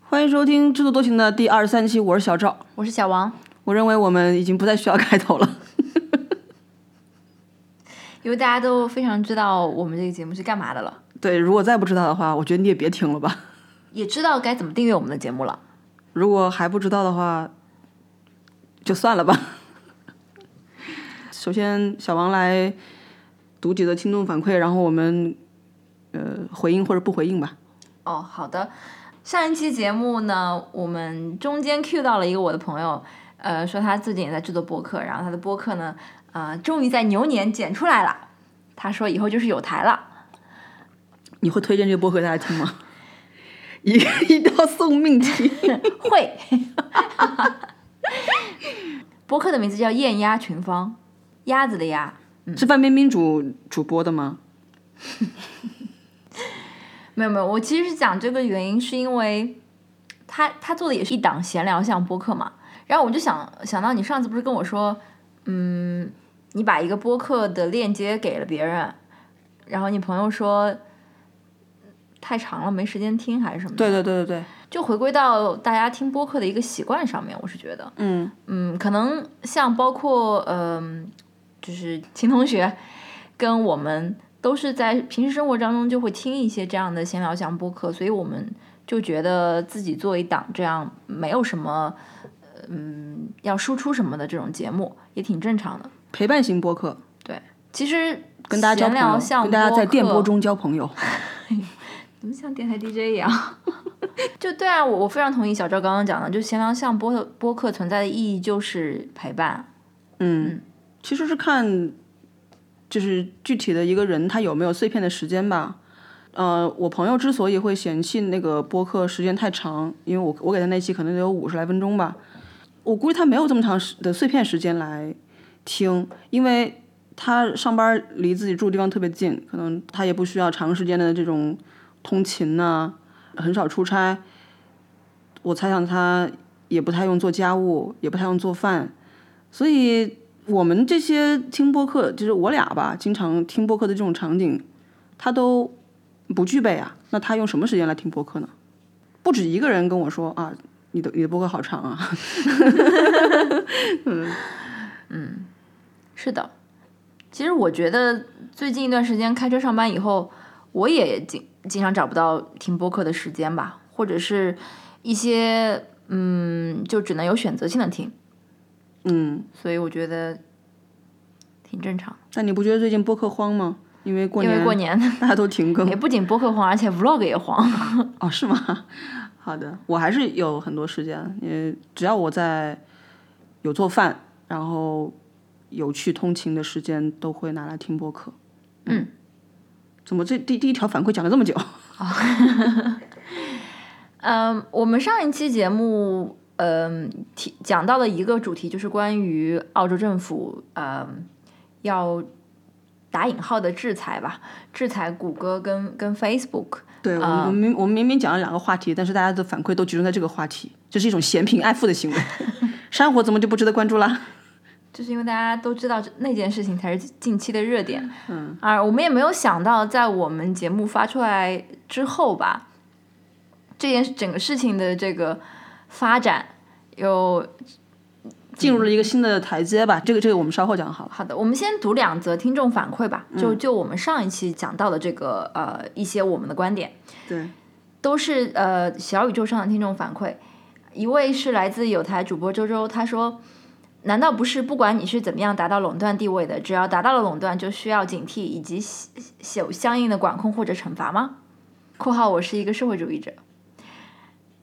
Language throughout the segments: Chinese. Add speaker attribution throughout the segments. Speaker 1: 欢迎收听《制作多情》的第二十三期，我是小赵。
Speaker 2: 我是小王，
Speaker 1: 我认为我们已经不再需要开头了。
Speaker 2: 因为大家都非常知道我们这个节目是干嘛的了，
Speaker 1: 对，如果再不知道的话，我觉得你也别听了吧。
Speaker 2: 也知道该怎么订阅我们的节目了。
Speaker 1: 如果还不知道的话，就算了吧。 首先，小王来读几则听众反馈，然后我们呃回应或者不回应吧。
Speaker 2: 哦，好的。上一期节目呢，我们中间 Q 到了一个我的朋友，呃，说他最近也在制作播客，然后他的播客呢，呃，终于在牛年剪出来了。他说以后就是有台了。
Speaker 1: 你会推荐这个播客给大家听吗？ 一一道送命题。
Speaker 2: 会。 播客的名字叫《艳鸭群芳》，鸭子的鸭。
Speaker 1: 是范冰冰主主播的吗？
Speaker 2: 没有没有，我其实是讲这个原因，是因为他他做的也是一档闲聊向播客嘛。然后我就想想到你上次不是跟我说，嗯，你把一个播客的链接给了别人，然后你朋友说太长了没时间听还是什么的，
Speaker 1: 对对对对对，
Speaker 2: 就回归到大家听播客的一个习惯上面，我是觉得，
Speaker 1: 嗯，
Speaker 2: 嗯，可能像包括嗯、就是秦同学跟我们都是在平时生活当中就会听一些这样的闲聊向播客，所以我们就觉得自己做一档这样没有什么嗯要输出什么的这种节目也挺正常的。
Speaker 1: 陪伴型播客，
Speaker 2: 其实
Speaker 1: 跟大家交
Speaker 2: 闲聊
Speaker 1: 朋友，
Speaker 2: 向
Speaker 1: 跟大家
Speaker 2: 播
Speaker 1: 在电波
Speaker 2: 客
Speaker 1: 中交朋友。
Speaker 2: 怎么像电台 DJ 一样？ 就对啊，我我非常同意小赵刚刚讲的，就闲聊向播播客存在的意义就是陪伴，
Speaker 1: 嗯，其实是看就是具体的一个人他有没有碎片的时间吧。呃，我朋友之所以会嫌弃那个播客时间太长，因为我我给他那期可能得有五十来分钟吧，我估计他没有这么长时的碎片时间来听，因为他上班离自己住的地方特别近，可能他也不需要长时间的这种通勤呐、很少出差。我猜想他也不太用做家务，也不太用做饭，所以我们这些听播客，就是我俩吧，经常听播客的这种场景，他都不具备啊。那他用什么时间来听播客呢？不止一个人跟我说啊，你的你的播客好长啊。
Speaker 2: 是的，其实我觉得最近一段时间开车上班以后，我也经经常找不到听播客的时间吧，或者是一些嗯，就只能有选择性的听，
Speaker 1: 嗯，
Speaker 2: 所以我觉得挺正常。
Speaker 1: 那你不觉得最近播客荒吗？因为过
Speaker 2: 因
Speaker 1: 年，
Speaker 2: 为过年
Speaker 1: 大家都停更
Speaker 2: 也不仅播客黄，而且 vlog 也黄。
Speaker 1: 哦，是吗？好的，我还是有很多时间，因为只要我在有做饭，然后有去通勤的时间，都会拿来听播客。
Speaker 2: 嗯，
Speaker 1: 怎么这第第一条反馈讲了这么久？
Speaker 2: 嗯，我们上一期节目，嗯，提讲到的一个主题就是关于澳洲政府，嗯，要打引号的制裁吧，制裁谷歌跟跟 Facebook。
Speaker 1: 对，我们、
Speaker 2: 啊
Speaker 1: 我们明我们明明讲了两个话题，但是大家的反馈都集中在这个话题，这是一种嫌贫爱富的行为。 山火怎么就不值得关注啦？
Speaker 2: 就是因为大家都知道这那件事情才是近期的热点，嗯，而我们也没有想到，在我们节目发出来之后吧，这件整个事情的这个发展有
Speaker 1: 进入了一个新的台阶吧，这个这个我们稍后讲好了。
Speaker 2: 好的，我们先读两则听众反馈吧，就就我们上一期讲到的这个呃一些我们的观点，
Speaker 1: 对，
Speaker 2: 都是呃小宇宙上的听众反馈。一位是来自有台主播周周，他说：“难道不是不管你是怎么样达到垄断地位的，只要达到了垄断，就需要警惕以及有相应的管控或者惩罚吗？”（括号我是一个社会主义者）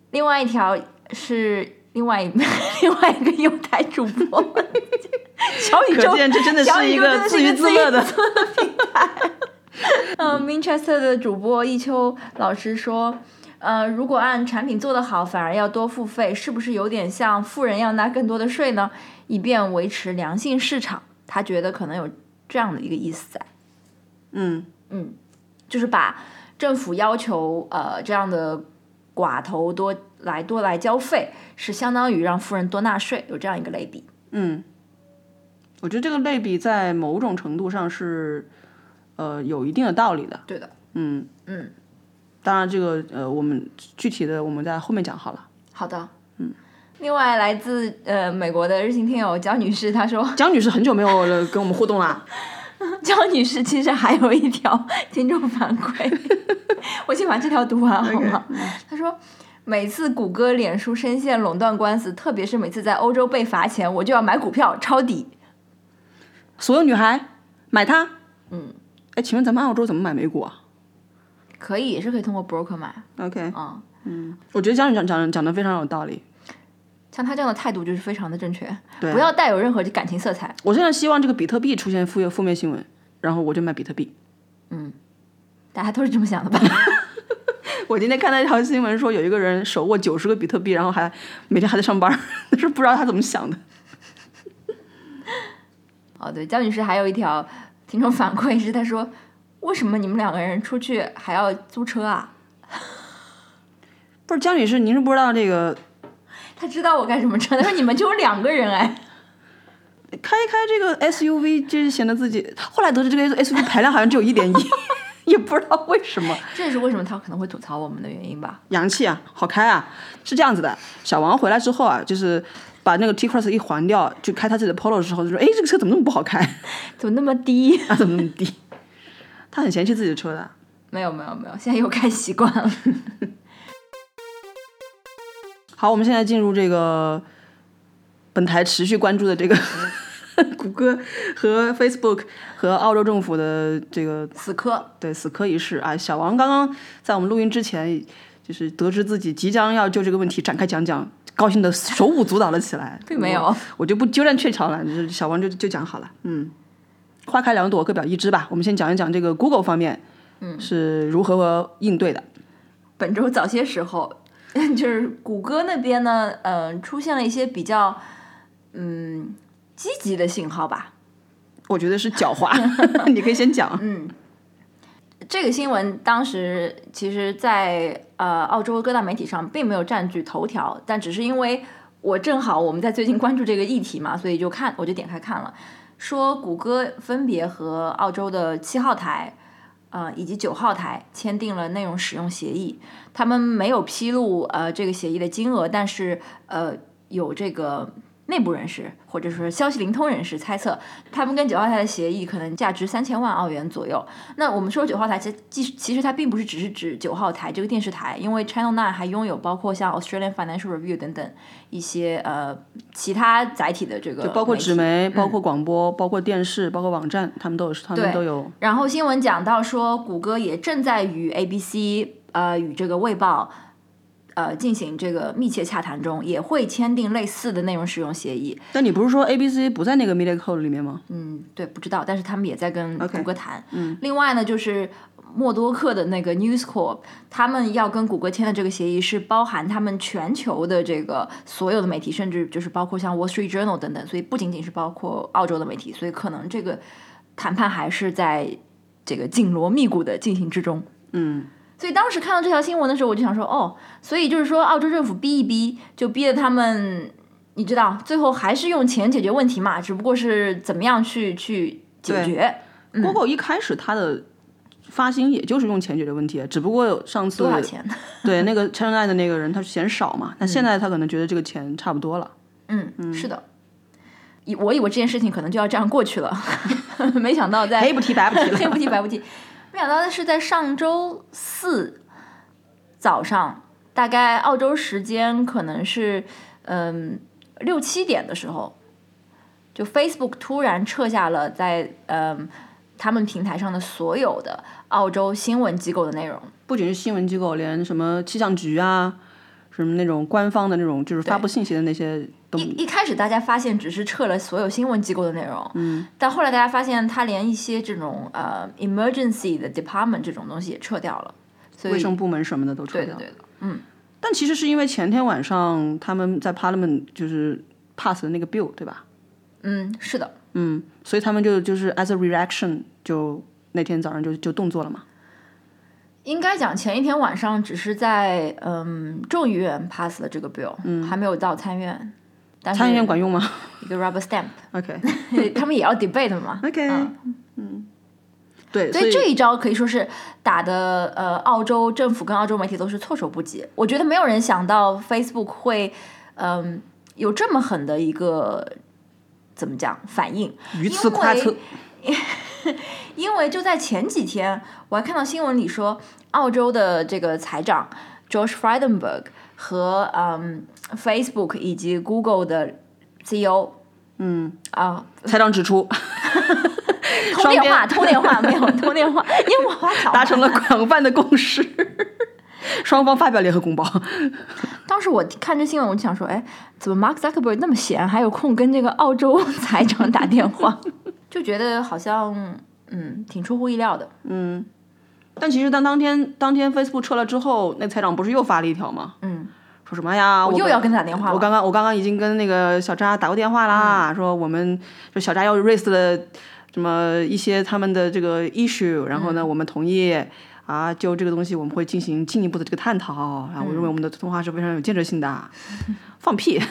Speaker 2: 另外一条是另外一 另外一个有台主播 小宇宙
Speaker 1: 可，见这真的
Speaker 2: 小
Speaker 1: 是
Speaker 2: 宇
Speaker 1: 一
Speaker 2: 宙真
Speaker 1: 个
Speaker 2: 的
Speaker 1: 自
Speaker 2: 是
Speaker 1: 娱
Speaker 2: 一个
Speaker 1: 自
Speaker 2: 自娱
Speaker 1: 乐的。
Speaker 2: 嗯，Manchester 的主播一秋老师说，呃，如果按产品做得好，反而要多付费，是不是有点像富人要拿更多的税呢？以便维持良性市场。他觉得可能有这样的一个意思在，
Speaker 1: 嗯，
Speaker 2: 就是把政府要求呃这样的寡头多来多来交费，是相当于让富人多纳税，有这样一个类比。
Speaker 1: 嗯，我觉得这个类比在某种程度上是，呃，有一定的道理的。
Speaker 2: 对的，
Speaker 1: 嗯，
Speaker 2: 嗯，
Speaker 1: 当然，这个呃，我们具体的我们在后面讲好了。
Speaker 2: 好的，嗯。另外，来自呃美国的日行听友焦女士，她说，
Speaker 1: 江女士很久没有了跟我们互动啦，
Speaker 2: 焦女士其实还有一条 听众反馈， 我先把这条读完好吗？她说。每次谷歌、脸书深陷垄断官司，特别是每次在欧洲被罚钱，我就要买股票抄底。
Speaker 1: 所有女孩买它。嗯，哎，请问咱们澳洲怎么买美股啊
Speaker 2: 可以，也是可以通过 broker 买。
Speaker 1: ？OK，
Speaker 2: 嗯，
Speaker 1: 我觉得江女讲讲讲的非常有道理。
Speaker 2: 像她这样的态度就是非常的正确，
Speaker 1: 对
Speaker 2: 不要带有任何的感情色彩。
Speaker 1: 我现在希望这个比特币出现负负面新闻，然后我就买比特币。
Speaker 2: 大家都是这么想的吧？
Speaker 1: 我今天看到一条新闻说，有一个人手握九十个比特币，然后还每天还在上班， 是不知道他怎么想的。
Speaker 2: 哦，对，焦女士还有一条听众反馈是，她说：“为什么你们两个人出去还要租车啊
Speaker 1: 不是江女士，您是不知道这个？”
Speaker 2: 她知道我干什么车，她说：“你们就有两个人哎。
Speaker 1: 开一开这个 SUV，就是显得自己。后来得知这个 SUV 排量好像只有一点一， 也不知道为什么。”
Speaker 2: 这也是为什么她可能会吐槽我们的原因吧。
Speaker 1: 洋气啊，好开啊，是这样子的。小王回来之后啊，就是把那个 T Cross 一还掉，就开他自己的 Polo 的时候，就说：“哎，这个车怎么那么不好开？
Speaker 2: 怎么那么低？
Speaker 1: 啊，怎么那么低？”他很嫌弃自己的车的。
Speaker 2: 没有没有没有，现在又开习惯了。
Speaker 1: 好，我们现在进入这个本台持续关注的这个 谷歌和 Facebook 和澳洲政府的这个
Speaker 2: 死磕，
Speaker 1: 对死磕一事啊。小王刚刚在我们录音之前，就是得知自己即将要就这个问题展开讲讲，高兴的手舞足蹈了起来。
Speaker 2: 并没有
Speaker 1: 我，我就不鸠占鹊巢了，就是小王就就讲好了。嗯，花开两朵，各表一枝吧。我们先讲一讲这个 Google 方面，嗯，是如何应对的。
Speaker 2: 本周早些时候， 就是谷歌那边呢，嗯、出现了一些比较嗯积极的信号吧。
Speaker 1: 我觉得是狡猾， 你可以先讲。
Speaker 2: 嗯这个新闻当时其实在，呃澳洲各大媒体上并没有占据头条，但只是因为我正好我们在最近关注这个议题嘛，所以就看我就点开看了，说谷歌分别和澳洲的七号台，呃以及九号台签订了内容使用协议，他们没有披露呃这个协议的金额，但是呃有这个。内部人士或者说消息灵通人士猜测，他们跟九号台的协议可能价值三千万澳元左右。那我们说九号台，其实其实其实它并不是只是指九号台这个电视台，因为 Channel Nine 还拥有包括像 Australian Financial Review 等等一些呃其他载体的这个，
Speaker 1: 包括纸。媒、
Speaker 2: 嗯
Speaker 1: 包括广播、包括电视、包括网站，他们都有，他们都有。
Speaker 2: 然后新闻讲到说，谷歌也正在与 ABC 呃与这个《卫报》呃进行这个密切洽谈中，也会签订类似的内容使用协议。
Speaker 1: 但你不是说 A B C 不在那个 Media Code 里面吗？
Speaker 2: 嗯，对，不知道，但是他们也在跟谷歌谈。嗯，另外呢，就是默多克的那个 News Corp，他们要跟谷歌签的这个协议是包含他们全球的这个所有的媒体，甚至就是包括像 Wall Street Journal 等等，所以不仅仅是包括澳洲的媒体，所以可能这个谈判还是在这个紧锣密鼓的进行之中。
Speaker 1: 嗯，
Speaker 2: 所以当时看到这条新闻的时候，我就想说，哦，所以就是说澳洲政府逼一逼，就逼得他们，你知道，最后还是用钱解决问题嘛，只不过是怎么样去去解决嗯
Speaker 1: Google 一开始它的发行也就是用钱解决问题，啊只不过上次
Speaker 2: 多少钱。
Speaker 1: 对那个 Channel Nine 的那个人他嫌少嘛，那现在他可能觉得这个钱差不多了。
Speaker 2: 嗯， 是的。以我以为这件事情可能就要这样过去了， 没想到在
Speaker 1: 黑不提白不提了
Speaker 2: 黑不提白 不提，没想到是在上周四早上，大概澳洲时间可能是嗯六七点的时候，就 Facebook 突然撤下了在嗯他们平台上的所有的澳洲新闻机构的内容。
Speaker 1: 不仅是新闻机构，连什么气象局啊，什么那种官方的那种就是发布信息的那些都
Speaker 2: 一开始大家发现只是撤了所有新闻机构的内容，嗯，但后来大家发现它连一些这种呃 emergency 的 department 这种东西也撤掉了，所以
Speaker 1: 卫生部门什么的都撤
Speaker 2: 对的
Speaker 1: 掉。
Speaker 2: 对的，
Speaker 1: 但其实是因为前天晚上他们在 Parliament 就是 pass 的那个 bill 对吧？
Speaker 2: 嗯，是的，
Speaker 1: 嗯，所以他们就就是 as a reaction 就那天早上就就动作了嘛。
Speaker 2: 应该讲前一天晚上只是在嗯众议院 pass 的这个 bill，嗯，还没有到参院，但是
Speaker 1: 参议院管用吗
Speaker 2: 一个 rubber stamp，
Speaker 1: ？OK
Speaker 2: 他们也要 debate 嘛
Speaker 1: OK，
Speaker 2: 嗯
Speaker 1: 嗯对，
Speaker 2: 所以这一招可以说是打的，呃，澳洲政府跟澳洲媒体都是措手不及。我觉得没有人想到 Facebook 会，嗯、有这么狠的一个怎么讲反应，
Speaker 1: 鱼刺夸
Speaker 2: 因
Speaker 1: 刺
Speaker 2: 为，因为就在前几天，我还看到新闻里说，澳洲的这个财长 Josh Frydenberg 和嗯 Facebook 以及 Google 的 E CEO，嗯啊，
Speaker 1: 财长指出，
Speaker 2: 通电话，
Speaker 1: 边
Speaker 2: 通电话，没有通电话，因为我还 找
Speaker 1: 达成了广泛的共识， 双方发表联合公报。
Speaker 2: 当时我看这新闻，我就想说，哎，怎么 Mark Zuckerberg 那么闲，还有空跟这个澳洲 财长打电话？ 就觉得好像嗯，挺出乎意料的。
Speaker 1: 但其实当当天当天 Facebook 撤了之后，那财长不是又发了一条吗？
Speaker 2: 嗯，
Speaker 1: 说什么哎呀，我
Speaker 2: 又
Speaker 1: 跟
Speaker 2: 要跟他打电话
Speaker 1: 我
Speaker 2: 了。嗯
Speaker 1: 刚刚我刚刚已经跟那个小扎打过电话啦，说我们就小扎又 raise 了什么一些他们的这个 issue，然后
Speaker 2: 嗯
Speaker 1: 呢，我们同意啊，就这个东西我们会进行进一步的这个探讨啊，我认
Speaker 2: 嗯
Speaker 1: 为我们的通话是非常有建设性的 啊，放屁，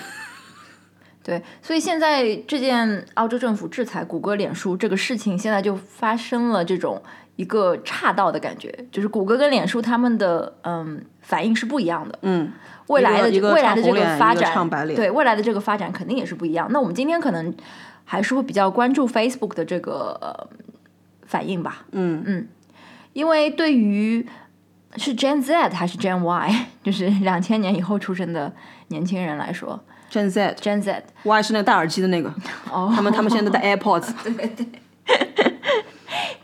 Speaker 2: 对，所以现在这件澳洲政府制裁谷歌、脸书这个事情，现在就发生了这种一个岔道的感觉，就是谷歌跟脸书他们的嗯反应是不一样的。
Speaker 1: 嗯，
Speaker 2: 未来的
Speaker 1: 一个
Speaker 2: 未来的这
Speaker 1: 一个唱红脸
Speaker 2: 发
Speaker 1: 一个唱
Speaker 2: 展
Speaker 1: 白，脸
Speaker 2: 对未来的这个发展肯定也是不一样。那我们今天可能还是会比较关注 Facebook 的这个、呃、反应吧，
Speaker 1: 嗯
Speaker 2: 嗯，因为对于是 Gen Z 还是 Gen Y，就是 两千年以后出生的年轻人来说
Speaker 1: Gen Z
Speaker 2: ，Gen Z
Speaker 1: Y 是那个戴耳机的那个，
Speaker 2: 哦，
Speaker 1: 他们他们现在都 戴 AirPods，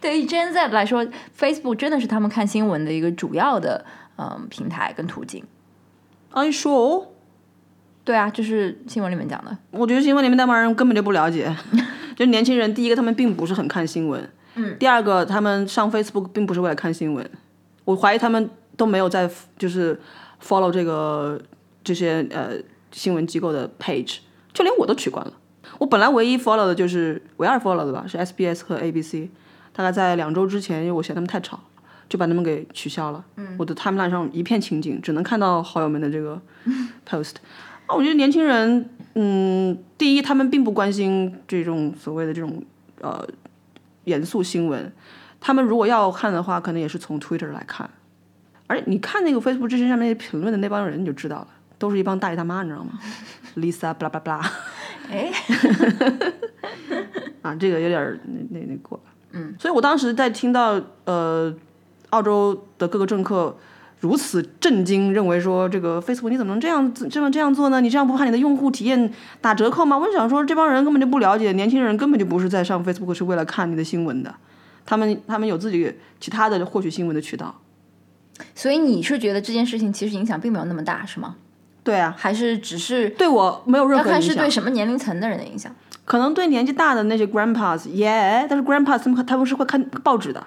Speaker 2: 对于 Gen Z 来说，Facebook 真的是他们看新闻的一个主要的嗯、平台跟途径。
Speaker 1: 啊你说。
Speaker 2: 对啊，就是新闻里面讲的，
Speaker 1: 我觉得新闻里面那帮人根本就不了 解，就年轻人，第一个他们并不是很看新闻，嗯，第二个他们上 Facebook 并不是为了看新闻，我怀疑他们都没有在就是 follow 这个这些呃新闻机构的 page，就连我都取关了。我本来唯一 follow 的就是唯二 follow 的吧，是 SBS 和 ABC，大概在两周之前，因为我嫌他们太吵，就把他们给取消了。嗯，我的 timeline 上一片清静，只能看到好友们的这 个 post。啊，我觉得年轻人，嗯，第一，他们并不关心这种所谓的这种呃严肃新闻，他们如果要看的话，可能也是从 Twitter 来看。而且你看那个 Facebook 之前上面评论的那帮人，你就知道了，都是一帮大爷大妈，你知道吗？Lisa 巴拉巴拉巴拉
Speaker 2: 哎，
Speaker 1: 啊，这个有点儿那那那过了。嗯，所以我当时在听到呃澳洲的各个政客如此震惊，认为说这个 Facebook 你怎么能这样子这么这样做呢？你这样不怕你的用户体验打折扣吗？我就想说，这帮人根本就不了解，年轻人根本就不是在上 Facebook 是为了看你的新闻的，他们他们有自己其他的获取新闻的渠道。
Speaker 2: 所以你是觉得这件事情其实影响并没有那么大，是吗？
Speaker 1: 对啊，
Speaker 2: 还是只是
Speaker 1: 对我没有任
Speaker 2: 要
Speaker 1: 何影
Speaker 2: 看是
Speaker 1: 响
Speaker 2: 对。什么年龄层的人的影响？
Speaker 1: 可能对年纪大的那些 grandpas 耶、但是 grandpas 他们他们是会看报纸的，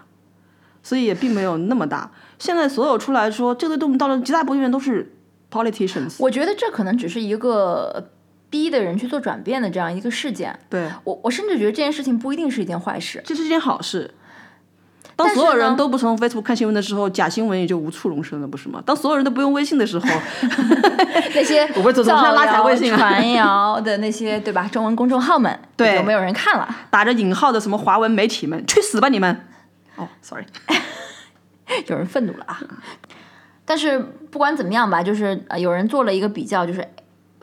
Speaker 1: 所以也并没有那么大。现在所有出来说这个对我们造成极大不利的人都是 politicians，
Speaker 2: 我觉得这可能只是一个逼的人去做转变的这样一个事件。
Speaker 1: 对，
Speaker 2: 我我甚至觉得这件事情不一定是一件坏事。
Speaker 1: 这是件好事。当
Speaker 2: 但是
Speaker 1: 所有人
Speaker 2: 呢
Speaker 1: 都不从 Facebook 看新闻的时候，假新闻也就无处容身了，不是吗？当所有人都不用微信的时候，
Speaker 2: 那些
Speaker 1: 我不是总
Speaker 2: 造
Speaker 1: 上拉踩
Speaker 2: 谣
Speaker 1: 微信啊
Speaker 2: 传谣的那些对吧？中文公众号们
Speaker 1: 对
Speaker 2: 有没有人看了？
Speaker 1: 打着引号的什么华文媒体们，去死吧你们！哦，sorry，
Speaker 2: 有人愤怒了啊！但是不管怎么样吧，就是呃有人做了一个比较，就是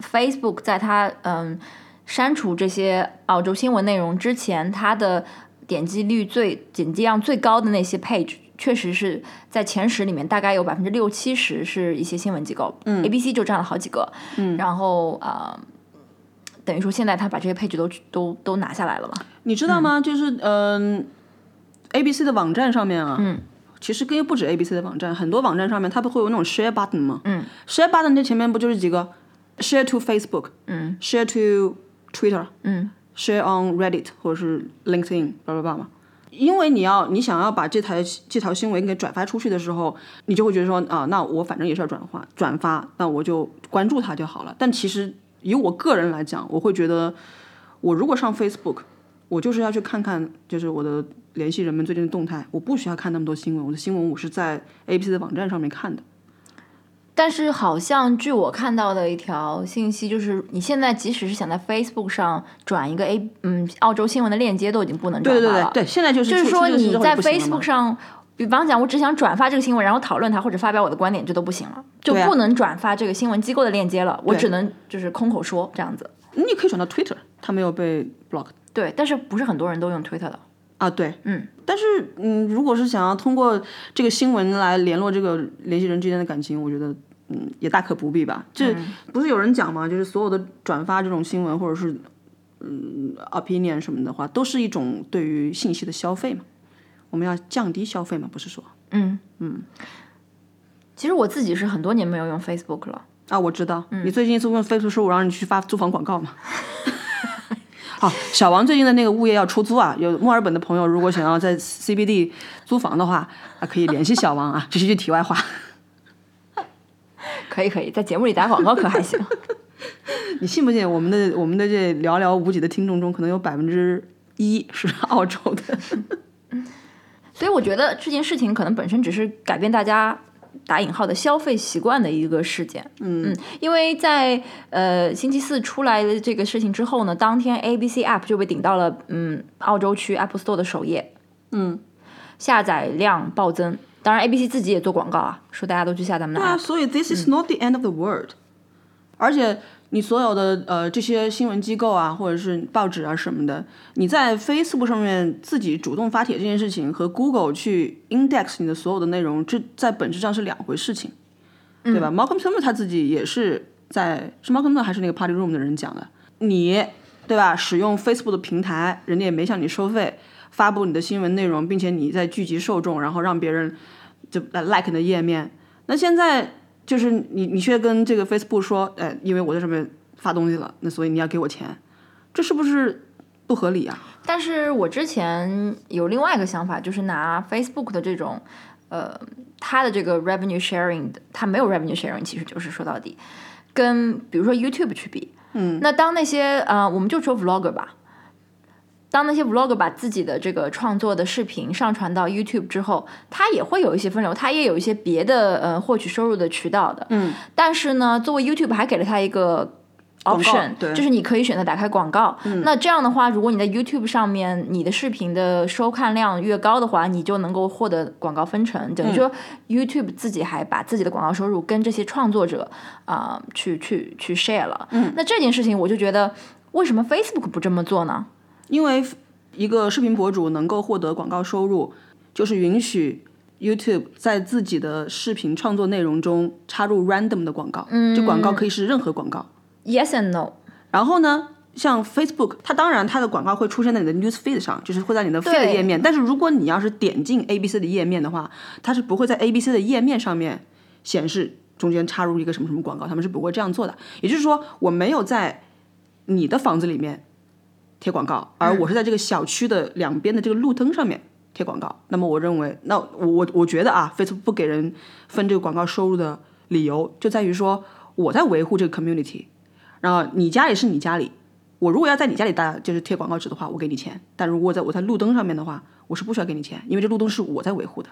Speaker 2: Facebook 在它嗯删除这些澳洲新闻内容之前，它的点击率最点击量最高的那些 page，确实是在前十里面，大概有百分之六七十是一些新闻机构，嗯，ABC 就占了好几个，嗯，然后呃，等于说现在他把这些 page 都都都拿下来了嘛，
Speaker 1: 你知道吗？就是嗯、a b c 的网站上面啊，嗯，其实跟不止 ABC 的网站，很多网站上面它不会有那种 share button 吗？嗯，share button 这前面不就是几个 share to Facebook，嗯，share to Twitter，
Speaker 2: 嗯
Speaker 1: ，share on Reddit 或者是 LinkedIn，叭叭叭嘛。因为你要你想要把这台这条新闻给转发出去的时候，你就会觉得说啊，那我反正也是要转发转发，那我就关注它就好了。但其实以我个人来讲，我会觉得，我如果上 Facebook，我就是要去看看，就是我的联系人们最近的动态，我不需要看那么多新闻，我的新闻我是在 ABC 的网站上面看的。
Speaker 2: 但是好像据我看到的一条信息，就是你现在即使是想在 Facebook 上转一个 A 嗯澳洲新闻的链接，都已经不能转
Speaker 1: 对
Speaker 2: 发
Speaker 1: 对
Speaker 2: 了
Speaker 1: 对。对，现在啊就是
Speaker 2: 就是
Speaker 1: 出
Speaker 2: 说
Speaker 1: 出这个信息
Speaker 2: 你
Speaker 1: 之后
Speaker 2: 在
Speaker 1: 就不行了
Speaker 2: Facebook
Speaker 1: 嘛
Speaker 2: 上，比方讲，我只想转发这个新闻，然后讨论它或者发表我的观点，这都不行了，就
Speaker 1: 对啊
Speaker 2: 不能转发这个新闻机构的链接了。我只能就是空口说这样子。
Speaker 1: 你可以转到 Twitter，它没有被 block
Speaker 2: 对，但是不是很多人都用 Twitter 的。
Speaker 1: 啊，对，
Speaker 2: 嗯，
Speaker 1: 但是嗯，如果是想要通过这个新闻来联络这个联系人之间的感情，我觉得嗯也大可不必吧。这不是有人讲嘛，就是所有的转发这种新闻或者是嗯 opinion 什么的话，都是一种对于信息的消费嘛。我们要降低消费嘛，不是说
Speaker 2: 嗯嗯。其实我自己是很多年没有用 Facebook 了。
Speaker 1: 啊，我知道、你最近一次问 Facebook 说我让你去发租房广告嘛。 好，小王最近的那个物业要出租啊，有墨尔本的朋友如果想要在 CBD 租房的话，啊可以联系小王啊，这是一句题外话。
Speaker 2: 可以可以，在节目里打广告可还行。
Speaker 1: 你信不信我们的我们的这寥寥无几的听众中，可能有百分之一是澳洲的？
Speaker 2: 所以我觉得这件事情可能本身只是改变大家打引号的消费习惯的一个事件。嗯因为在呃星期四出来的这个事情之后呢，当天 ABC App 就被顶到了嗯澳洲区 Apple Store 的首页，
Speaker 1: 嗯，
Speaker 2: 下载量暴增。当然，ABC 自己也做广告啊，说大家都去下咱们的
Speaker 1: 对啊，
Speaker 2: app。
Speaker 1: 所以 this is not the end of the world。而且你所有的呃这些新闻机构啊，或者是报纸啊什么的，你在 Facebook 上面自己主动发帖这件事情，和 Google 去 index 你的所有的内容，这在本质上是两回事情，对吧、m a l c o l m Turner 他自己也是在是 Malcolm Turner 还是那个 Party Room 的人讲的，你对吧？使用 Facebook 的平台，人家也没向你收费，发布你的新闻内容，并且你在聚集受众，然后让别人就来 like 你的页面。那现在就是你，你却跟这个 Facebook 说，哎，因为我在上面发东西了，那所以你要给我钱，这是不是不合理啊？
Speaker 2: 但是我之前有另外一个想法，就是拿 Facebook 的这种，呃，它的这个 revenue sharing，的它没有 revenue sharing，其实就是说到底，跟比如说 YouTube 去比，嗯，那当那些呃，我们就说 vlogger 吧，当那些 vlogger 把自己的这个创作的视频上传到 YouTube 之后，他也会有一些分流，他也有一些别的呃获取收入的渠道的，嗯，但是呢，作为 YouTube 还给了他一个
Speaker 1: 广告
Speaker 2: option，
Speaker 1: 对嗯
Speaker 2: 就是你可以选择打开广告。那这样的话，如果你在 YouTube 上面你的视频的收看量越高的话，你就能够获得广告分成，
Speaker 1: 嗯
Speaker 2: 等于说 YouTube 自己还把自己的广告收入跟这些创作者啊、去去去 share 了。嗯，那这件事情我就觉得，为什么 Facebook 不这么做呢？
Speaker 1: 因为一个视频博主能够获得广告收入，就是允许 YouTube 在自己的视频创作内容中插入 random 的广告，嗯，这广告可以是任何广告。
Speaker 2: Yes and no。
Speaker 1: 然后呢，像 Facebook，它当然它的广告会出现在你的 News Feed 上，就是会在你的 Feed 的页面。但是如果你要是点进 ABC 的页面的话，它是不会在 ABC 的页面上面显示中间插入一个什么什么广告，他们是不会这样做的。也就是说，我没有在你的房子里面贴广告，而我是在这个小区的两边的这个路灯上面。贴广告，那么我认为，那我我我觉得啊，Facebook 不给人分这个广告收入的理由就在于说，我在维护这个 community，然后呃你家里是你家里，我如果要在你家里搭就是贴广告纸的话，我给你钱；但如果在我在路灯上面的话，我是不需要给你钱，因为这路灯是我在维护的。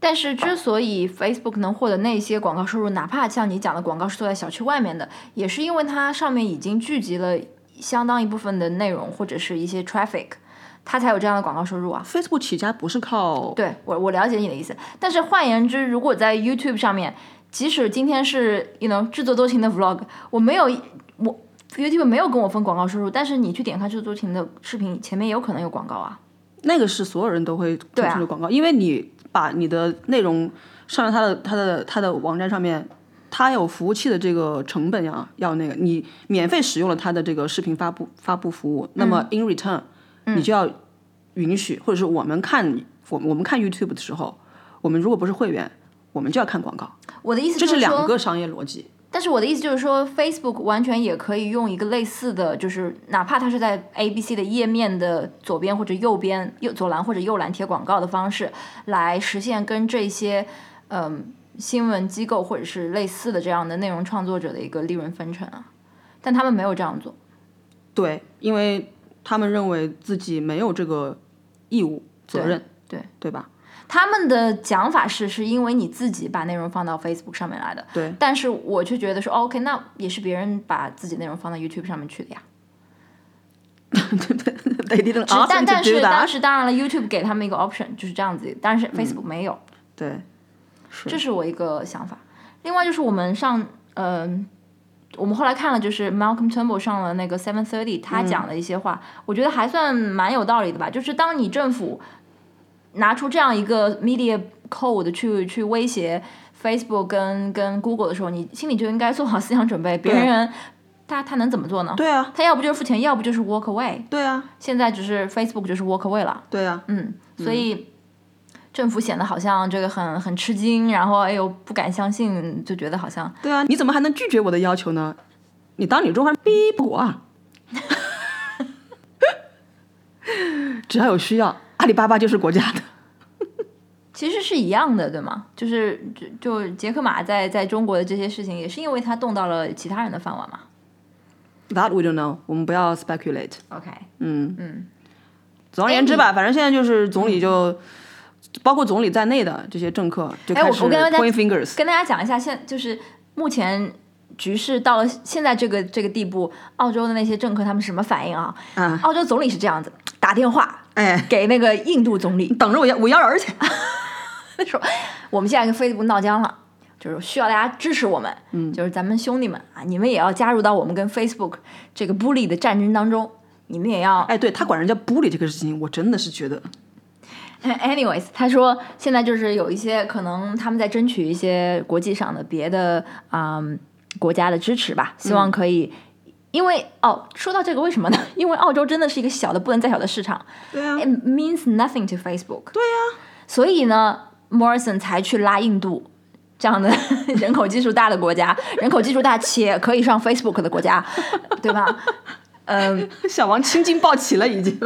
Speaker 2: 但是，之所以 Facebook 能获得那些广告收入，哪怕像你讲的广告是做在小区外面的，也是因为它上面已经聚集了相当一部分的内容或者是一些 traffic，它才有这样的广告收入啊。
Speaker 1: Facebook 起家不是靠
Speaker 2: 对我，我了解你的意思。但是换言之，如果在 YouTube 上面，即使今天是 you know 制作多情的 vlog，我没有我 YouTube 没有跟我分广告收入，但是你去点开制作多情的视频，前面也有可能有广告啊。
Speaker 1: 那个是所有人都会推
Speaker 2: 啊
Speaker 1: 出的广告，因为你把你的内容上到他的他的他的网站上面，他有服务器的这个成本呀，要那个你免费使用了他的这个视频发布发布服务，那么
Speaker 2: 嗯
Speaker 1: in return、你就要允许，或者是我们看我们我们看 YouTube 的时候，我们如果不是会员，我们就要看广告，
Speaker 2: 我的意思
Speaker 1: 这
Speaker 2: 就是是
Speaker 1: 两
Speaker 2: 说，
Speaker 1: 个商业逻辑。
Speaker 2: 但是我的意思就是说，Facebook 完全也可以用一个类似的，就是哪怕它是在 A、B、C 的页面的左边或者右边、右左栏或者右栏贴广告的方式，来实现跟这些嗯、新闻机构或者是类似的这样的内容创作者的一个利润分成啊。但他们没有这样做，
Speaker 1: 对，因为他们认为自己没有这个义务责任，
Speaker 2: 对
Speaker 1: 对吧？
Speaker 2: 他们的讲法是，是因为你自己把内容放到 Facebook 上面来的。
Speaker 1: 对。
Speaker 2: 但是我却觉得说、哦、，OK，那也是别人把自己内容放到 YouTube 上面去的呀。
Speaker 1: They didn't
Speaker 2: 只
Speaker 1: ask
Speaker 2: 嗯但
Speaker 1: me
Speaker 2: 但
Speaker 1: to
Speaker 2: 是
Speaker 1: do
Speaker 2: 当
Speaker 1: that。
Speaker 2: 时当然了，YouTube 给他们一个 option 就是这样子，但是 Facebook 没有，
Speaker 1: 对，
Speaker 2: 这是我一个想法。另外就是我们上呃，我们后来看了就是 Malcolm Turnbull 上了那个 Seven Thirty，他讲的一些话，我觉得还算蛮有道理的吧。就是当你政府拿出这样一个 media code 去去威胁 Facebook 跟跟 Google 的时候，你心里就应该做好思想准备，别人他他能怎么做呢？
Speaker 1: 对啊，
Speaker 2: 他要不就是付钱，要不就是 walk away。
Speaker 1: 对啊，
Speaker 2: 现在只是 Facebook 就是 walk away 了。
Speaker 1: 对啊，
Speaker 2: 嗯，所以政府显得好像这个很很吃惊，然后哎呦不敢相信，就觉得好像
Speaker 1: 对啊，你怎么还能拒绝我的要求呢？你当你中华人逼不我啊？ 只要有需要，阿里巴巴就是国家的。
Speaker 2: 其实是一样的，对吗？就是就就杰克马在在中国的这些事情，也是因为他动到了其他人的饭碗嘛。
Speaker 1: That we don't know，我们不要 speculate。
Speaker 2: OK，
Speaker 1: 嗯
Speaker 2: 嗯，
Speaker 1: 总而言之
Speaker 2: 哎
Speaker 1: 吧，反正现在就是总理就，包括总理在内的这些政客就
Speaker 2: 哎我
Speaker 1: 开始
Speaker 2: 我跟大家
Speaker 1: point fingers。
Speaker 2: 跟大家讲一下，现就是目前。局势到了现在这个这个地步，澳洲的那些政客他们是什么反应啊？
Speaker 1: 啊
Speaker 2: 澳洲总理是这样子，打电话
Speaker 1: 哎，
Speaker 2: 给那个印度总理，
Speaker 1: 等着我摇我摇人去。
Speaker 2: 说我们现在跟 Facebook 闹僵了，就是需要大家支持我们，嗯，就是咱们兄弟们啊，你们也要加入到我们跟 Facebook 这个 bully 的战争当中，你们也要。
Speaker 1: 哎，对他管人家 bully 这个事情，我真的是觉 得
Speaker 2: Anyways，他说现在就是有一些可能他们在争取一些国际上的别的嗯国家的支持吧，希望可以。因为哦，说到这个，为什么呢？ 因为澳洲真的是一个小的不能再小的市场，
Speaker 1: 对啊
Speaker 2: It means nothing to Facebook。对呀、所以呢，Morrison 才去拉印度这样的 人口基数大的国家， 人口基数大且可以上 Facebook 的国家， 对吧？嗯，
Speaker 1: 小王青筋暴起了，已经。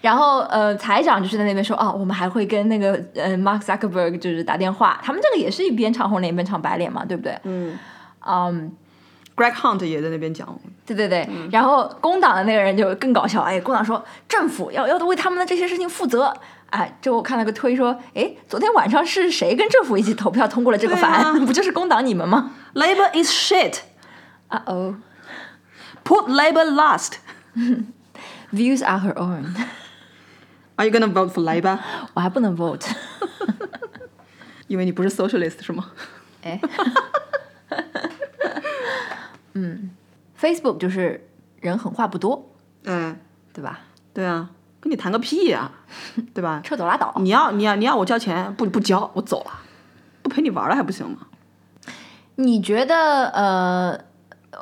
Speaker 2: 然后呃，财长就是在那边说，哦，我们还会跟那个呃 Mark Zuckerberg 就是打电话，他们这个也是一边唱红脸一边唱白脸嘛，对不对？嗯，嗯。
Speaker 1: Greg Hunt 也在那边讲，
Speaker 2: 对对对，然后工党的那个人就更搞笑，哎，工党说政府要要为他们的这些事情负责，哎，就我看了个推说，哎，昨天晚上是谁跟政府一起投票通过了这个法案？
Speaker 1: 对
Speaker 2: 不就是工党你们 吗？
Speaker 1: Labor is shit.
Speaker 2: 啊哦、
Speaker 1: Put labor last.
Speaker 2: v i e w s are her own，
Speaker 1: Are you gonna vote for labor？
Speaker 2: 我还不能 vote，
Speaker 1: 因为你不是 socialist 是吗？
Speaker 2: 哎，嗯，Facebook 嗯就是人狠话不多，
Speaker 1: 哎，
Speaker 2: 对吧？
Speaker 1: 对啊，跟你谈个屁呀、 对吧？
Speaker 2: 撤走拉倒。
Speaker 1: 你要你要你要我交钱，不不交我走了，不陪你玩了还不行吗？
Speaker 2: 你觉得呃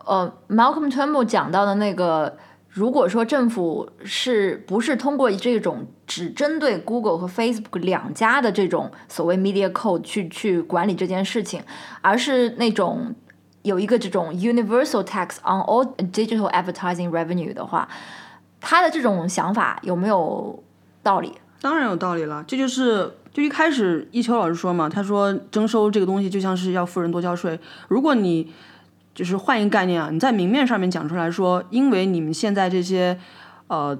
Speaker 2: 呃，Malcolm Turnbull 讲到的那个，如果说政府是不是通过这种只针对 Google 和 Facebook 两家的这种所谓 media code 去去管理这件事情，而是那种有一个这种 universal tax on all digital advertising revenue 的话，他的这种想法有没有道理？
Speaker 1: 当然有道理了，这就是就一开始一秋老师说嘛，他说征收这个东西就像是要富人多交税。如果你就是换一个概念啊，你在明面上面讲出来说，因为你们现在这些呃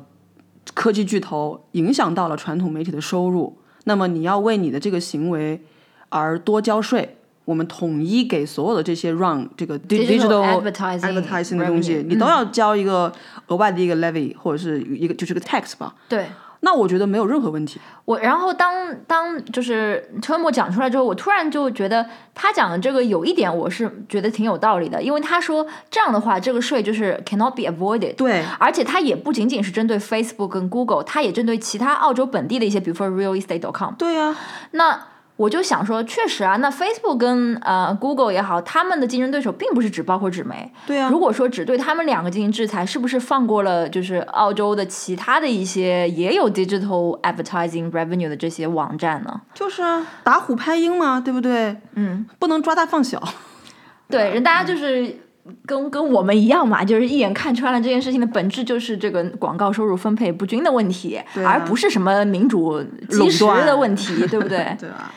Speaker 1: 科技巨头影响到了传统媒体的收入，那么你要为你的这个行为而多交税。我们统一给所有的这些让这个 digital
Speaker 2: advertising
Speaker 1: advertising 的东西
Speaker 2: revenue，，嗯
Speaker 1: 你都要交一个额外的一个 levy 或者是一个就是个 tax 吧。
Speaker 2: 对。
Speaker 1: 那我觉得没有任何问题。
Speaker 2: 我然后当当就是车莫讲出来之后，我突然就觉得他讲的这个有一点我是觉得挺有道理的，因为他说这样的话，这个税就是 cannot be avoided。
Speaker 1: 对
Speaker 2: 而且它也不仅仅是针对 Facebook 跟 Google，它也针对其他澳洲本地的一些，比如说 realestate.com。
Speaker 1: 对呀、
Speaker 2: 那我就想说，确实啊，那 Facebook 跟呃 Google 也好，他们的竞争对手并不是只包括纸媒。
Speaker 1: 对啊呀、
Speaker 2: 如果说只对他们两个进行制裁，是不是放过了就是澳洲的其他的一些也有 digital advertising revenue 的这些网站呢？
Speaker 1: 就是啊，打虎拍鹰嘛，对不对？
Speaker 2: 嗯，
Speaker 1: 不能抓大放小。
Speaker 2: 对，人
Speaker 1: 嗯
Speaker 2: 大家就是跟跟我们一样嘛，就是一眼看穿了这件事情的本质就是这个广告收入分配不均的问题，
Speaker 1: 对啊
Speaker 2: 而不是什么民主基石
Speaker 1: 垄断
Speaker 2: 的问题，对不对？
Speaker 1: 对吧？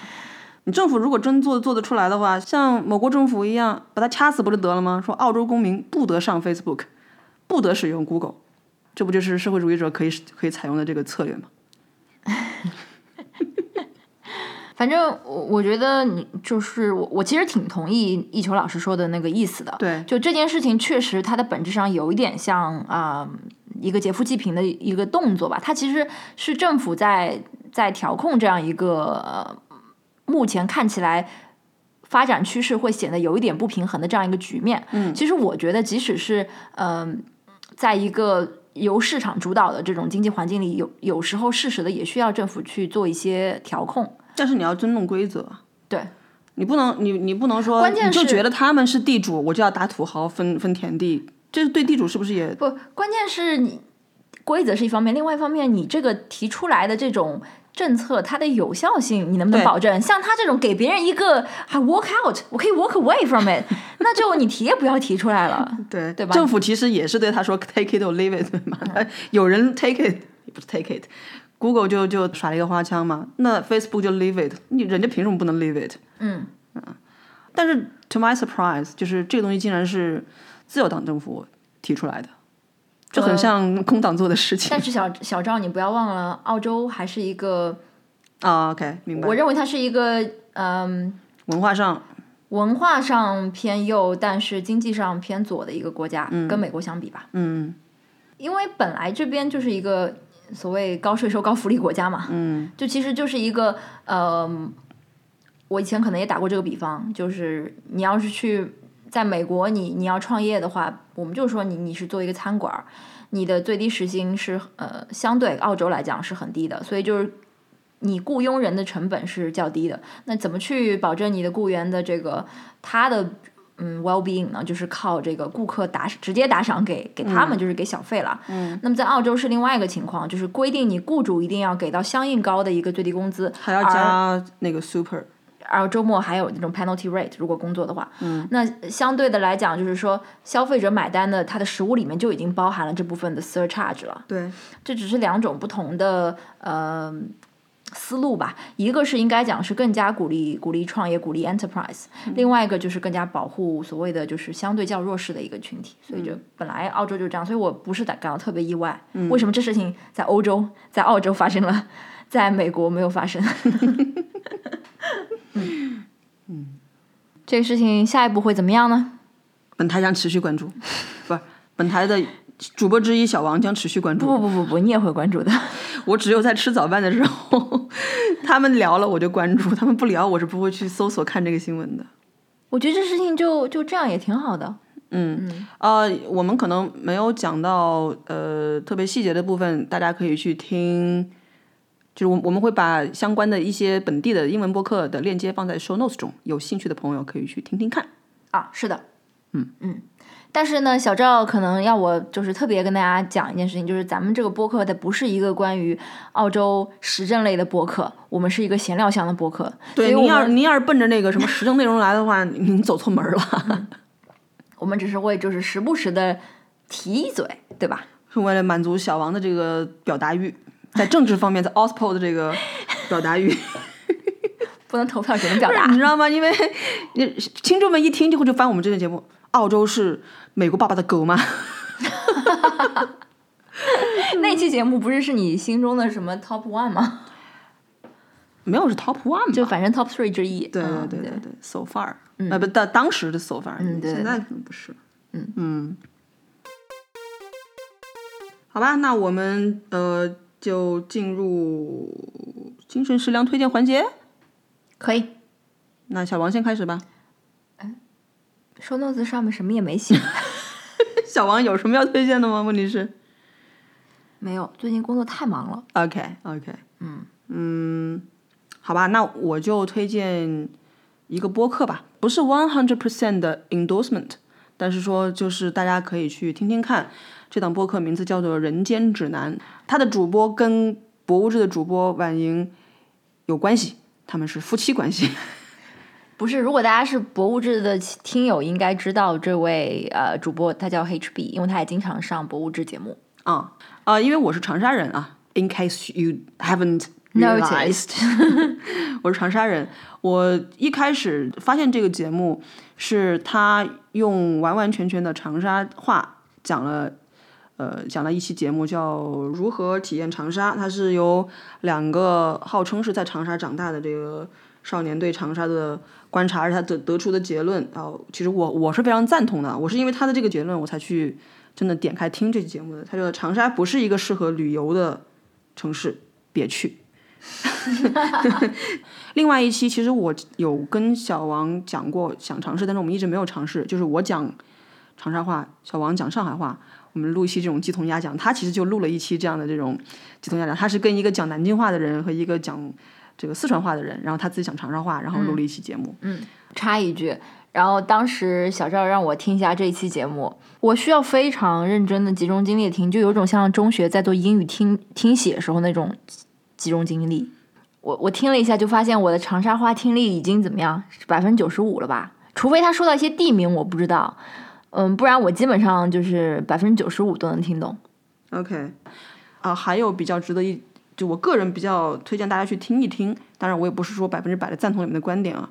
Speaker 1: 你政府如果真做做得出来的话，像某国政府一样，把它掐死不就得了吗？说澳洲公民不得上 Facebook，不得使用 Google，这不就是社会主义者可以可以采用的这个策略吗？
Speaker 2: 反正我我觉得你就是我，我其实挺同意一球老师说的那个意思的。
Speaker 1: 对
Speaker 2: 就这件事情确实它的本质上有一点像啊、一个劫富济贫的一个动作吧，它其实是政府在在调控这样一个、呃、目前看起来。发展趋势会显得有一点不平衡的这样一个局面。嗯，其实我觉得，即使是嗯、在一个由市场主导的这种经济环境里，有有时候适时的也需要政府去做一些调控。
Speaker 1: 但是你要尊重规则，
Speaker 2: 对
Speaker 1: 你不能你你不能说，
Speaker 2: 关键
Speaker 1: 你就是觉得他们是地主，我就要打土豪分分田地，这对地主是不是也
Speaker 2: 不，关键是你规则是一方面，另外一方面，你这个提出来的这种政策，它的有效性你能不能
Speaker 1: 对
Speaker 2: 保证？像他这种给别人一个啊 walk out，我可以 walk away from it，那 就你提也不要提出来了。
Speaker 1: 对
Speaker 2: 对吧
Speaker 1: 政府其实也是对他说 take it or leave it 对嘛， 有人 take it 也不是 take it。Google 就就耍了一个花枪嘛，那 Facebook 就 leave it，你人家凭什么不能 leave it？
Speaker 2: 嗯
Speaker 1: 但是 to my surprise，就是这个东西竟然是自由党政府提出来的，就很像工党做的事情
Speaker 2: 但是小小赵，你不要忘了，澳洲还是一个，
Speaker 1: 啊。OK，明白
Speaker 2: 我。认为它是一个嗯。
Speaker 1: 文化上
Speaker 2: 文化上偏右，但是经济上偏左的一个国家，跟美国相比吧，
Speaker 1: 嗯，
Speaker 2: 因为本来这边就是一个所谓高税收、高福利国家嘛，嗯，就其实就是一个呃，我以前可能也打过这个比方，就是你要是去在美国你，你要创业的话，我们就说你你是做一个餐馆儿，你的最低时薪是呃相对澳洲来讲是很低的，所以就是。你雇佣人的成本是较低的，那怎么去保证你的雇员的这个他的嗯 well being 呢？就是靠这个顾客打直接打赏给给他们，就是给小费了。嗯。那么在澳洲是另外一个情况，就是规定你雇主一定要给到相应高的一个最低工资，
Speaker 1: 还要加那个 super，
Speaker 2: 然后周末还有那种 penalty rate，如果工作的话，嗯，那相对的来讲，就是说消费者买单的，它的食物里面就已经包含了这部分的 surcharge 了。
Speaker 1: 对，
Speaker 2: 这只是两种不同的呃思路吧，一个是应该讲是更加鼓励鼓励创业、鼓励 enterprise，、另外一个就是更加保护所谓的就是相对较弱势的一个群体。所以就本来澳洲就这样，所以我不是感感到特别意外，为什么这事情在欧洲、在澳洲发生了，在美国没有发生？ 这个事情下一步会怎么样呢？
Speaker 1: 本台将持续关注，不是本台的主播之一小王将持续关注。
Speaker 2: 不不不不，你也会关注的。
Speaker 1: 我只有在吃早饭的时候，他们聊了我就关注，他们不聊我是不会去搜索看这个新闻的。
Speaker 2: 我觉得这事情就就这样也挺好的。
Speaker 1: 呃，我们可能没有讲到呃特别细节的部分，大家可以去听。就是我我们会把相关的一些本地的英文播客的链接放在 show notes 中，有兴趣的朋友可以去听听看。
Speaker 2: 啊，是的，嗯嗯。但是呢，小赵可能要我就是特别跟大家讲一件事情，就是咱们这个播客它不是一个关于澳洲时政类的播客，我们是一个闲聊向的播客。所
Speaker 1: 对，
Speaker 2: 以我
Speaker 1: 您要是
Speaker 2: 们
Speaker 1: 您要是奔着那个什么时政内容来的话，您走错门儿了，
Speaker 2: 我们只是会就是时不时的提一嘴，对吧？
Speaker 1: 是为了满足小王的这个表达欲，在政治方面，在 OSPO 的这个表达欲。
Speaker 2: 不能投票，只能表
Speaker 1: 你
Speaker 2: 达。
Speaker 1: 知道吗？因为 你听众们一听就会就翻我们这个节目，澳洲是美国爸爸的狗吗？
Speaker 2: 那期节目不是是你心中的什么 top one 吗？
Speaker 1: 没有，是 top one 吧？
Speaker 2: 就反正 top three 之一。
Speaker 1: 对
Speaker 2: 嗯
Speaker 1: 对对对对，so far，啊、不，当当时的 so far，、
Speaker 2: 嗯对
Speaker 1: 现在可能不是。嗯嗯，好吧，那我们呃就进入精神食粮推荐环节。
Speaker 2: 可以。
Speaker 1: 那小王先开始吧。
Speaker 2: 收 notes 上面什么也没写，
Speaker 1: 小王有什么要推荐的吗？问题是
Speaker 2: 没有。最近工作太忙了。
Speaker 1: ，OK OK，嗯好吧，那我就推荐一个播客吧，不是 one hundred percent 的 endorsement，但是说就是大家可以去听听看。这档播客名字叫做《人间指南》，它的主播跟博物志的主播婉莹有关系，他们是夫妻关系。
Speaker 2: 不是，如果大家是博物志的听友，应该知道这位呃主播，他叫 HB，因为他也经常上博物志节目。
Speaker 1: 啊啊、因为我是长沙人啊。In case you haven't
Speaker 2: Noticed.
Speaker 1: realized，我 是长沙人。我一开始发现这个节目是他用完完全全的长沙话讲了呃，讲了一期节目叫《如何体验长沙》，它是由两个号称是在长沙长大的这个少年对长沙的观察，而他得得出的结论啊、其实我我是非常赞同的，啊我是因为他的这个结论我才去真的点开听这期节目的。他说长沙不是一个适合旅游的城市，别去。 另外一期，其实我有跟小王讲过想尝试，但是我们一直没有尝试。就是我讲长沙话，小王讲上海话，我们录一期这种鸡同鸭讲。他其实就录了一期这样的这种鸡同鸭讲，他是跟一个讲南京话的人和一个讲这个四川话的人，然后他自己讲长沙话，然后录了一期节目。
Speaker 2: 插一句，然后当时小赵让我听一下这一期节目，我需要非常认真的集中精力听，就有种像中学在做英语听听写时候那种集中精力。我我听了一下，就发现我的长沙话听力已经怎么样，百分之九十五了吧？除非他说到一些地名我不知道，嗯，不然我基本上就是百分之九十五都能听懂。
Speaker 1: OK，啊，还有比较值得一，就我个人比较推荐大家去听一听。当然，我也不是说百分之百的赞同你们的观点啊，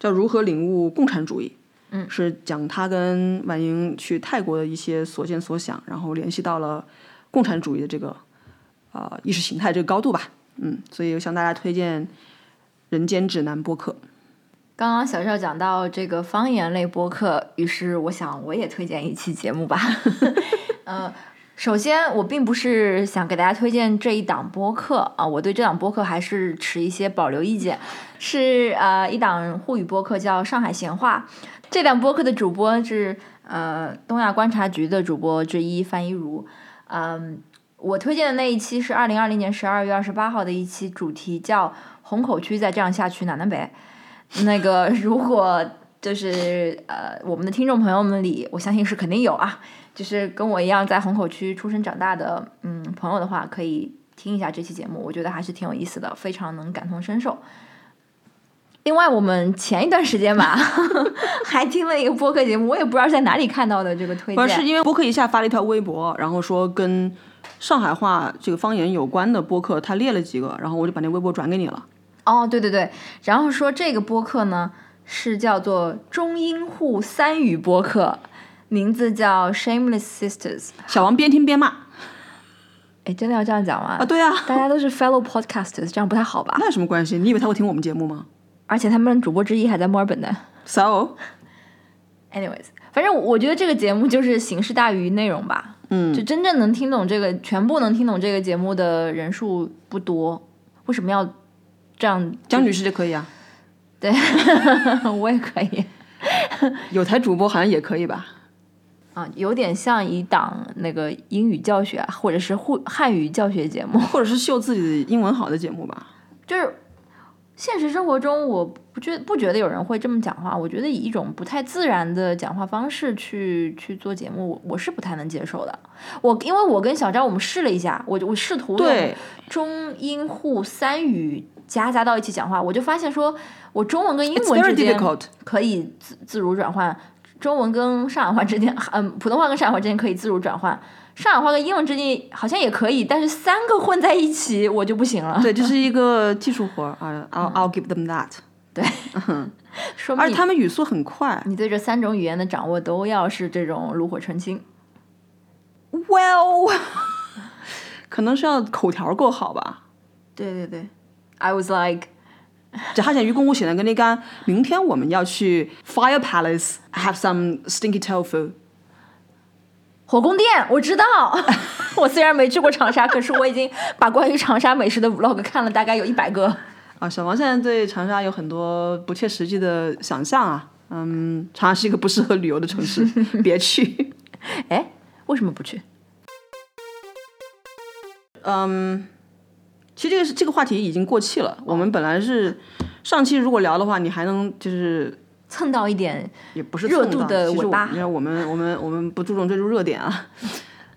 Speaker 1: 叫《如何领悟共产主义》。嗯，是讲他跟婉莹去泰国的一些所见所想，然后联系到了共产主义的这个啊、呃意识形态这个高度吧。嗯，所以我向大家推荐《人间指南》播客。
Speaker 2: 刚刚小赵讲到这个方言类播客，于是我想我也推荐一期节目吧。 呃，首先我并不是想给大家推荐这一档播客啊，我对这档播客还是持一些保留意见。是呃一档沪语播客叫《上海闲话》，这档播客的主播是呃东亚观察局的主播之一范一如。嗯，我推荐的那一期是二零二零年十二月二十八号的一期，主题叫“虹口区再这样下去哪能北”。那个 如果就是呃我们的听众朋友们里，我相信是肯定有啊，就是跟我一样在虹口区出生长大的嗯朋友的话，可以听一下这期节目，我觉得还是挺有意思的，非常能感同身受。另外，我们前一段时间吧， 还听了一个播客节目，我也不知道是在哪里看到的这个推
Speaker 1: 不
Speaker 2: 荐，
Speaker 1: 是是因为播客一下发了一条微博，然后说跟上海话这个方言有关的播客，他列了几个，然后我就把那微博转给你了。
Speaker 2: 哦，对对对，然后说这个播客呢是叫做中英沪三语播客，名字叫 Shameless Sisters。
Speaker 1: 小王边听边骂
Speaker 2: 哎，真的要这样讲吗？
Speaker 1: 啊，对啊，
Speaker 2: 大家都是 fellow podcasters，这样不太好吧？
Speaker 1: 那有什么关系？你以为他会听我们节目吗
Speaker 2: 而且他们主播之一还在墨尔本呢。
Speaker 1: ？So，
Speaker 2: Anyways，反正我觉得这个节目就是形式大于内容吧。
Speaker 1: 嗯
Speaker 2: 就真正能听懂这个，全部能听懂这个节目的人数不多。为什么要这样？
Speaker 1: 江女士就可以啊，
Speaker 2: 对， 我也可以。
Speaker 1: 有台主播好像也可以吧？
Speaker 2: 啊，有点像一档那个英语教学啊或者是沪汉语教学节目。
Speaker 1: 或者是秀自己英文好的节目吧？
Speaker 2: 就是现实生活中，我不觉不觉得有人会这么讲话。我觉得以一种不太自然的讲话方式去去做节目，我我是不太能接受的。我因为我跟小张我们试了一下，我我试图用
Speaker 1: 对，
Speaker 2: 中英沪三语夹杂到一起讲话，我就发现说我中文跟英
Speaker 1: It's
Speaker 2: 文
Speaker 1: very
Speaker 2: 之间
Speaker 1: difficult。
Speaker 2: 可以自自如转换，中文跟上海话之间，嗯，普通话跟上海话之间可以自如转换，上海话跟英文之间好像也可以，但是三个混在一起我就不行了。
Speaker 1: 对，这是一个技术活儿啊，I'll I'll give them that。
Speaker 2: 说
Speaker 1: 而且
Speaker 2: 明
Speaker 1: 他们语速很快。
Speaker 2: 你对这三种语言的掌握都要是这种炉火纯青。
Speaker 1: Well，可能是要口条够好吧？
Speaker 2: 对对对，I was like，
Speaker 1: 这哈显愚公，我显得跟那干。明天我们要去 Fire Palace have some stinky tofu。
Speaker 2: 火宫殿，我知道。 我虽然没去过长沙，可是我已经把关于长沙美食的 vlog 看了大概有一百个。
Speaker 1: 啊，小王现在对长沙有很多不切实际的想象啊。嗯，长沙是一个不适合旅游的城市，别去。
Speaker 2: 哎，为什么不去？
Speaker 1: 嗯，其实这个是这个话题已经过气了。我们本来是上期如果聊的话，你还能就是
Speaker 2: 蹭到一点
Speaker 1: 也不是
Speaker 2: 热
Speaker 1: 蹭
Speaker 2: 度
Speaker 1: 到
Speaker 2: 的
Speaker 1: 其实
Speaker 2: 尾
Speaker 1: 我
Speaker 2: 巴
Speaker 1: 你看我们我们我们不注重追逐热点 啊，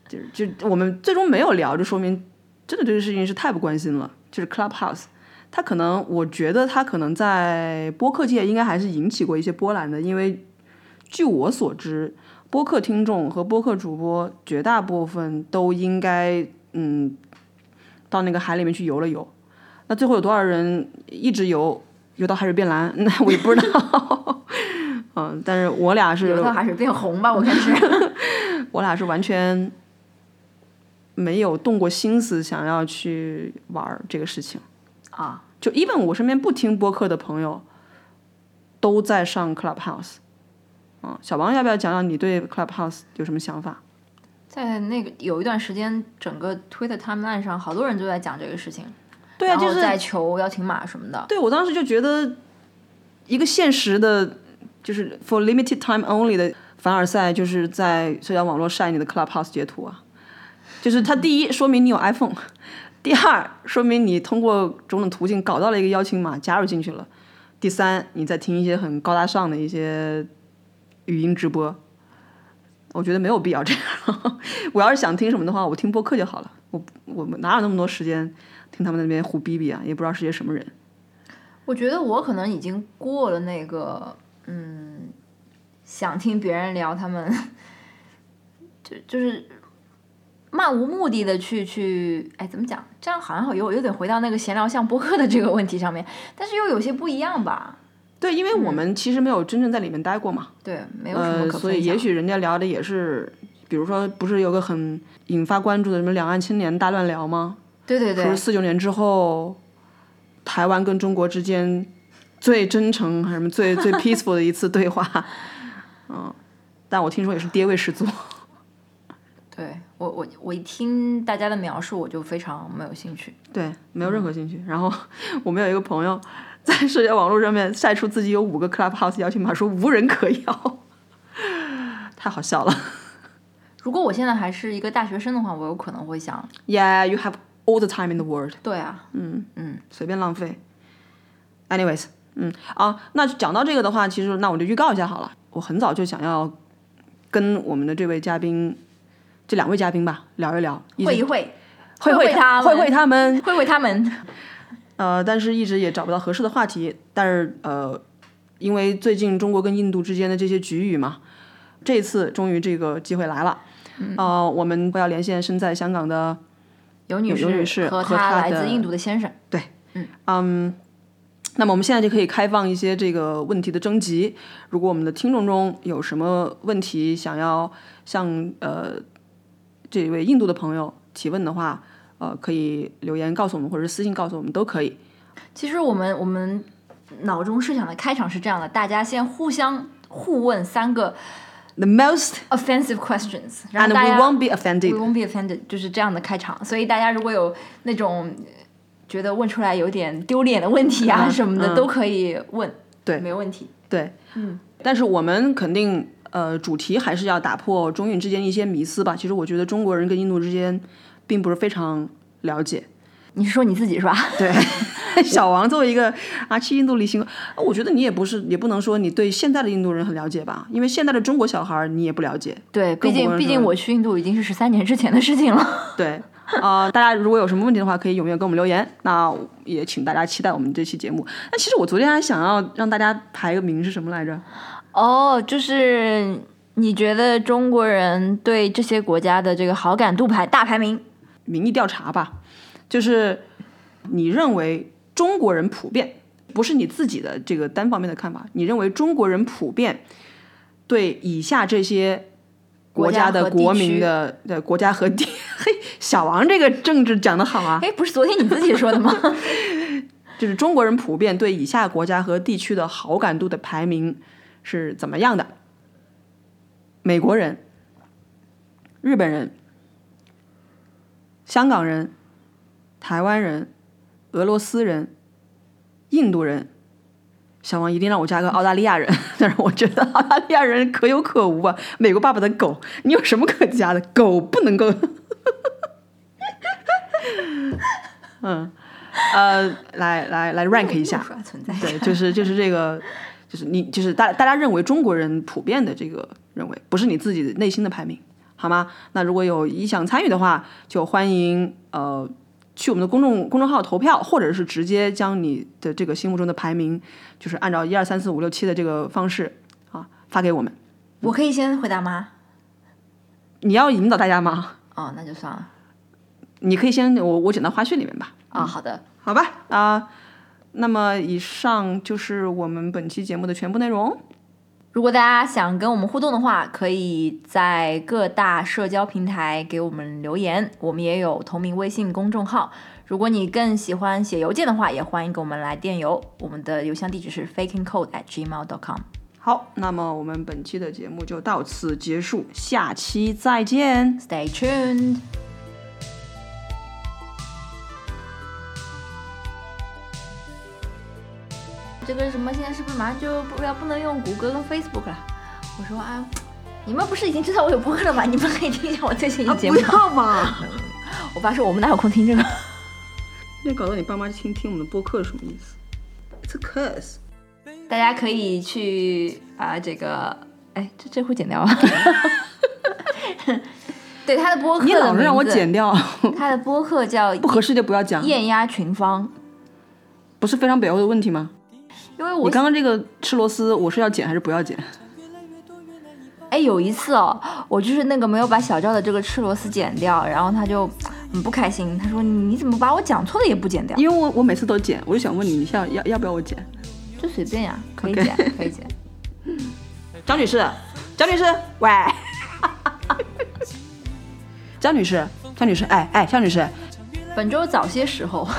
Speaker 1: 就是就我们最终没有聊，就说明真的对这个事情是太不关心了。就是 Clubhouse，它可能我觉得它可能在播客界应该还是引起过一些波澜的，因为据我所知，播客听众和播客主播绝大部分都应该嗯到那个海里面去游了游。那最后有多少人一直游游到海水变蓝？ 那我也不知道。 嗯，但是我俩是
Speaker 2: 流到海水变红吧，我看是。
Speaker 1: 我俩是完全没有动过心思想要去玩儿这个事情。
Speaker 2: 啊，
Speaker 1: 就 even 我身边不听播客的朋友，都在上 Clubhouse。嗯，小王要不要讲讲你对 Clubhouse 有什么想法？
Speaker 2: 在那个有一段时间，整个 Twitter timeline 上好多人都在讲这个事情，
Speaker 1: 对啊，
Speaker 2: 然后
Speaker 1: 就是
Speaker 2: 在求邀请码什么的。
Speaker 1: 对我当时就觉得，一个现实的，就是 for limited time only 的凡尔赛，就是在社交网络晒你的 Clubhouse 截图啊。就是它第一说明你有 iPhone，第 二说明你通过种种途径搞到了一个邀请码，加入进去了。第三，你在听一些很高大上的一些语音直播，我觉得没有必要这样。 我要是想听什么的话，我听播客就好了。我我们哪有那么多时间听他们那边胡逼逼啊？也不知道是些什么人。
Speaker 2: 我觉得我可能已经过了那个，嗯，想听别人聊他们， 就就是漫无目的的去去，哎，怎么讲？这样好像有有点回到那个闲聊像播客的这个问题上面，但是又有些不一样吧？
Speaker 1: 对，因为我们其实没有真正在里面待过嘛，
Speaker 2: 对，没有什么
Speaker 1: 呃，
Speaker 2: 嗯可分享。
Speaker 1: 所以也许人家聊的也是，比如说不是有个很引发关注的什么两岸青年大乱聊吗？
Speaker 2: 对对对
Speaker 1: 说是四九年之后，台湾跟中国之间最真诚还是什么最 最 peaceful 的一次对话，嗯，但我听说也是爹味十足。
Speaker 2: 对我我我一听大家的描述，我就非常没有兴趣。
Speaker 1: 对，没有任
Speaker 2: 嗯
Speaker 1: 何兴趣。然后我们有一个朋友在社交网络上面晒出自己有五个 Clubhouse 邀请码，说无人可邀， 太好笑了。
Speaker 2: 如果我现在还是一个大学生的话，我有可能会想，
Speaker 1: Yeah, you have all the time in the world，
Speaker 2: 对啊，嗯嗯，
Speaker 1: 随便浪费。Anyways，嗯啊，那讲到这个的话，其实那我就预告一下好了。我很早就想要跟我们的这位嘉宾，这两位嘉宾吧，聊一聊，一直
Speaker 2: 会一会，
Speaker 1: 会
Speaker 2: 会
Speaker 1: 会
Speaker 2: 他
Speaker 1: 会
Speaker 2: 们
Speaker 1: 会他们，
Speaker 2: 会会他们，
Speaker 1: 呃，但是一直也找不到合适的话题。但是呃，因为最近中国跟印度之间的这些局域嘛，这次终于这个机会来了。
Speaker 2: 嗯
Speaker 1: 呃，我们会要连线身在香港的
Speaker 2: 有女
Speaker 1: 有女士
Speaker 2: 和
Speaker 1: 和她
Speaker 2: 来
Speaker 1: 的
Speaker 2: 自印度的先生，
Speaker 1: 那么我们现在就可以开放一些这个问题的征集。如果我们的听众中有什么问题想要向呃这位印度的朋友提问的话，呃，可以留言告诉我们，或者是私信告诉我们都可以。
Speaker 2: 其实我们我们脑中设想的开场是这样的：大家先互相互问三个
Speaker 1: The most
Speaker 2: offensive questions，然
Speaker 1: and we
Speaker 2: 后大家
Speaker 1: won't be offended。
Speaker 2: We won't be offended，就是这样的开场。所以大家如果有那种觉得问出来有点丢脸的问题啊
Speaker 1: 嗯
Speaker 2: 什么的，
Speaker 1: 嗯
Speaker 2: 都可以问，
Speaker 1: 对
Speaker 2: 没问题。
Speaker 1: 对，嗯，但是我们肯定呃，主题还是要打破中印之间一些迷思吧。其实我觉得中国人跟印度之间并不是非常了解。
Speaker 2: 你是说你自己 是吧？
Speaker 1: 对，小王作为一个啊去印度旅行，我觉得你也不是，也不能说你对现在的印度人很了解吧，因为现在的中国小孩儿你也不了解。
Speaker 2: 对，毕
Speaker 1: 更不
Speaker 2: 竟
Speaker 1: 能
Speaker 2: 毕竟
Speaker 1: 说
Speaker 2: 我去印度已经是十三年之前的事情了。
Speaker 1: 对，啊、大家如果有什么问题的话，可以踊跃给我们留言。那也请大家期待我们这期节目。那其实我昨天还想要让大家排个名是什么来着？
Speaker 2: 哦，就是你觉得中国人对这些国家的这个好感度排大排名？
Speaker 1: 民意调查吧，就是你认为中国人普遍，不是你自己的这个单方面的看法，你认为中国人普遍对以下这些国家的
Speaker 2: 国家和
Speaker 1: 国
Speaker 2: 地区
Speaker 1: 民的对国家和地， 嘿，小王这个政治讲得好啊，
Speaker 2: 哎，不是昨天你自己说 的吗？
Speaker 1: 就是中国人普遍对以下国家和地区的好感度的排名是怎么样的？美国人、日本人、香港人、台湾人、俄罗斯人、印度人。小王一定让我加个澳大利亚人， 但是我觉得澳大利亚人可有可无啊。美国爸爸的狗，你有什么可加的？狗不能够。 嗯，呃，来来来 rank 一下
Speaker 2: 怒，刷存在感
Speaker 1: 对，就是就是这个，就是你就是大大家认为中国人普遍的这个认为，不是你自己内心的排名，好吗？那如果有意想参与的话，就欢迎呃去我们的公众公众号投票，或者是直接将你的这个心目中的排名，就是按照一二三四五六七的这个方式啊发给我们。
Speaker 2: 我可以先回答吗？
Speaker 1: 你要引导大家吗？
Speaker 2: 哦，那就算了。
Speaker 1: 你可以先我我讲到花絮里面吧，
Speaker 2: 啊、好的，
Speaker 1: 好吧？啊、那么以上就是我们本期节目的全部内容。
Speaker 2: 如果大家想跟我们互动的话，可以在各大社交平台给我们留言，我们也有同名微信公众号。如果你更喜欢写邮件的话，也欢迎给我们来电邮，我们的邮箱地址是 fakingcode@gmail.com。
Speaker 1: 好，那么我们本期的节目就到此结束，下期再见。
Speaker 2: Stay tuned. “ 这个什么现在是不是马上就不要不能用谷歌跟 Facebook 了？”我说：“啊，你们不是已经知道我有播客了吗？你们可以听一下我 最新一节目。
Speaker 1: 啊要 嘛！
Speaker 2: 我爸说：“我们哪有空听 这个
Speaker 1: 那搞得你爸妈听听我们的播客是什么意思？It's a curse。？”
Speaker 2: 大家可以去啊、这个哎，这这会剪 掉啊。对他的播客的
Speaker 1: 你老是让我
Speaker 2: 名字
Speaker 1: 剪 掉，
Speaker 2: 他的播客叫
Speaker 1: 不合适就不要讲，
Speaker 2: 艳压群芳，
Speaker 1: 不是非常北欧的问题吗？
Speaker 2: 因为
Speaker 1: 你
Speaker 2: 我
Speaker 1: 刚刚这个吃螺丝，我是要剪还是不要剪？
Speaker 2: 哎有一次哦，我就是那个没有把小赵的这个吃螺丝剪掉，然后他就很不开心，他说你你怎么把我讲错的也不剪掉？
Speaker 1: 因为我我每次都剪，我就想问你，你下要要不要我剪？
Speaker 2: 就随便呀，可以
Speaker 1: OK
Speaker 2: 剪可以剪。
Speaker 1: 张女士，张女士，喂， 张女士，张女士，哎哎，张女士，
Speaker 2: 本周早些时候，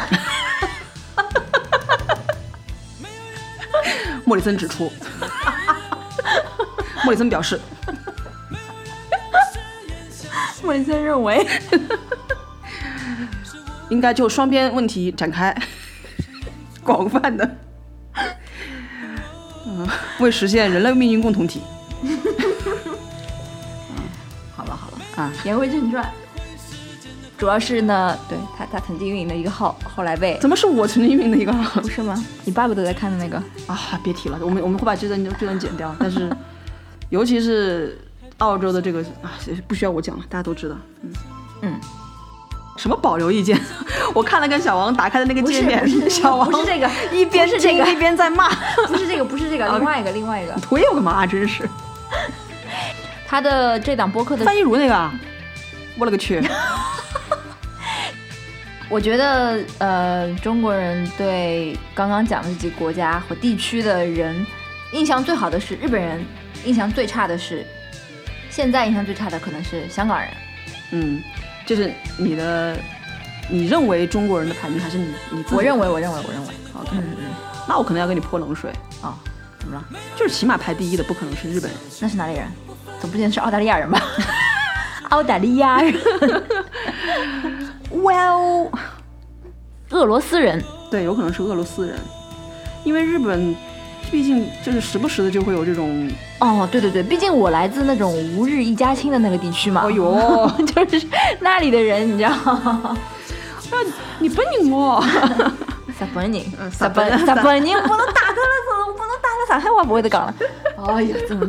Speaker 1: 莫里森指出，莫里森表示，
Speaker 2: 莫里森认 为
Speaker 1: 应该就双边问题展开，广泛的，嗯，为实现人类命运共同体
Speaker 2: 好了好了，
Speaker 1: 啊，
Speaker 2: 言归正传，主要是呢，对他他曾经运营的一个号，后来 被
Speaker 1: 怎么是我曾经命的一个号
Speaker 2: 不是吗？你爸爸都在看的那个，
Speaker 1: 啊？别提了，我们我们会把这段这段剪掉，但是尤其是澳洲的这个啊，不需要我讲了，大家都知道，嗯
Speaker 2: 嗯。
Speaker 1: 什么保留意见？ 我看了跟小王打开的那个
Speaker 2: 不
Speaker 1: 界
Speaker 2: 是
Speaker 1: 面，
Speaker 2: 嗯不是这个
Speaker 1: 小王
Speaker 2: 不是这个，
Speaker 1: 一边
Speaker 2: 不是这个
Speaker 1: 听一边在骂，
Speaker 2: 不是这个，不是 这个，另外一个，另外一个，
Speaker 1: 推我干嘛？真是
Speaker 2: 他的这档播客的
Speaker 1: 范一茹那个啊，我勒个去！
Speaker 2: 我觉得，呃，中国人对刚刚讲的这几个国家和地区的人印象最好的是日本人，印象最差的是，现在印象最差的可能是香港人。
Speaker 1: 嗯，就是你的，你认为中国人的排名还是你你自己？
Speaker 2: 我认为，我认为，我认为，
Speaker 1: OK，
Speaker 2: 嗯嗯，
Speaker 1: 那我可能要跟你泼冷水，
Speaker 2: 哦，怎么了？
Speaker 1: 就是起码排第一的不可能是日本人。
Speaker 2: 那是哪里人？总不见得是澳大利亚人吧？ 澳大利亚人，
Speaker 1: Well，
Speaker 2: 俄罗斯人，
Speaker 1: 对，有可能是俄罗斯人，因为日本毕竟就是时不时的就会有这种，
Speaker 2: 哦，对对对，毕竟我来自那种吾日一家亲的那个地区嘛，
Speaker 1: 哎 呦，
Speaker 2: 就是那里的人，你知道吗？
Speaker 1: 你笨你我，
Speaker 2: 日本人，
Speaker 1: 嗯
Speaker 2: 日本
Speaker 1: 日
Speaker 2: 日
Speaker 1: 本
Speaker 2: 本人不能打他了，怎么不能打他上海话不会得讲了？哎呀，真的。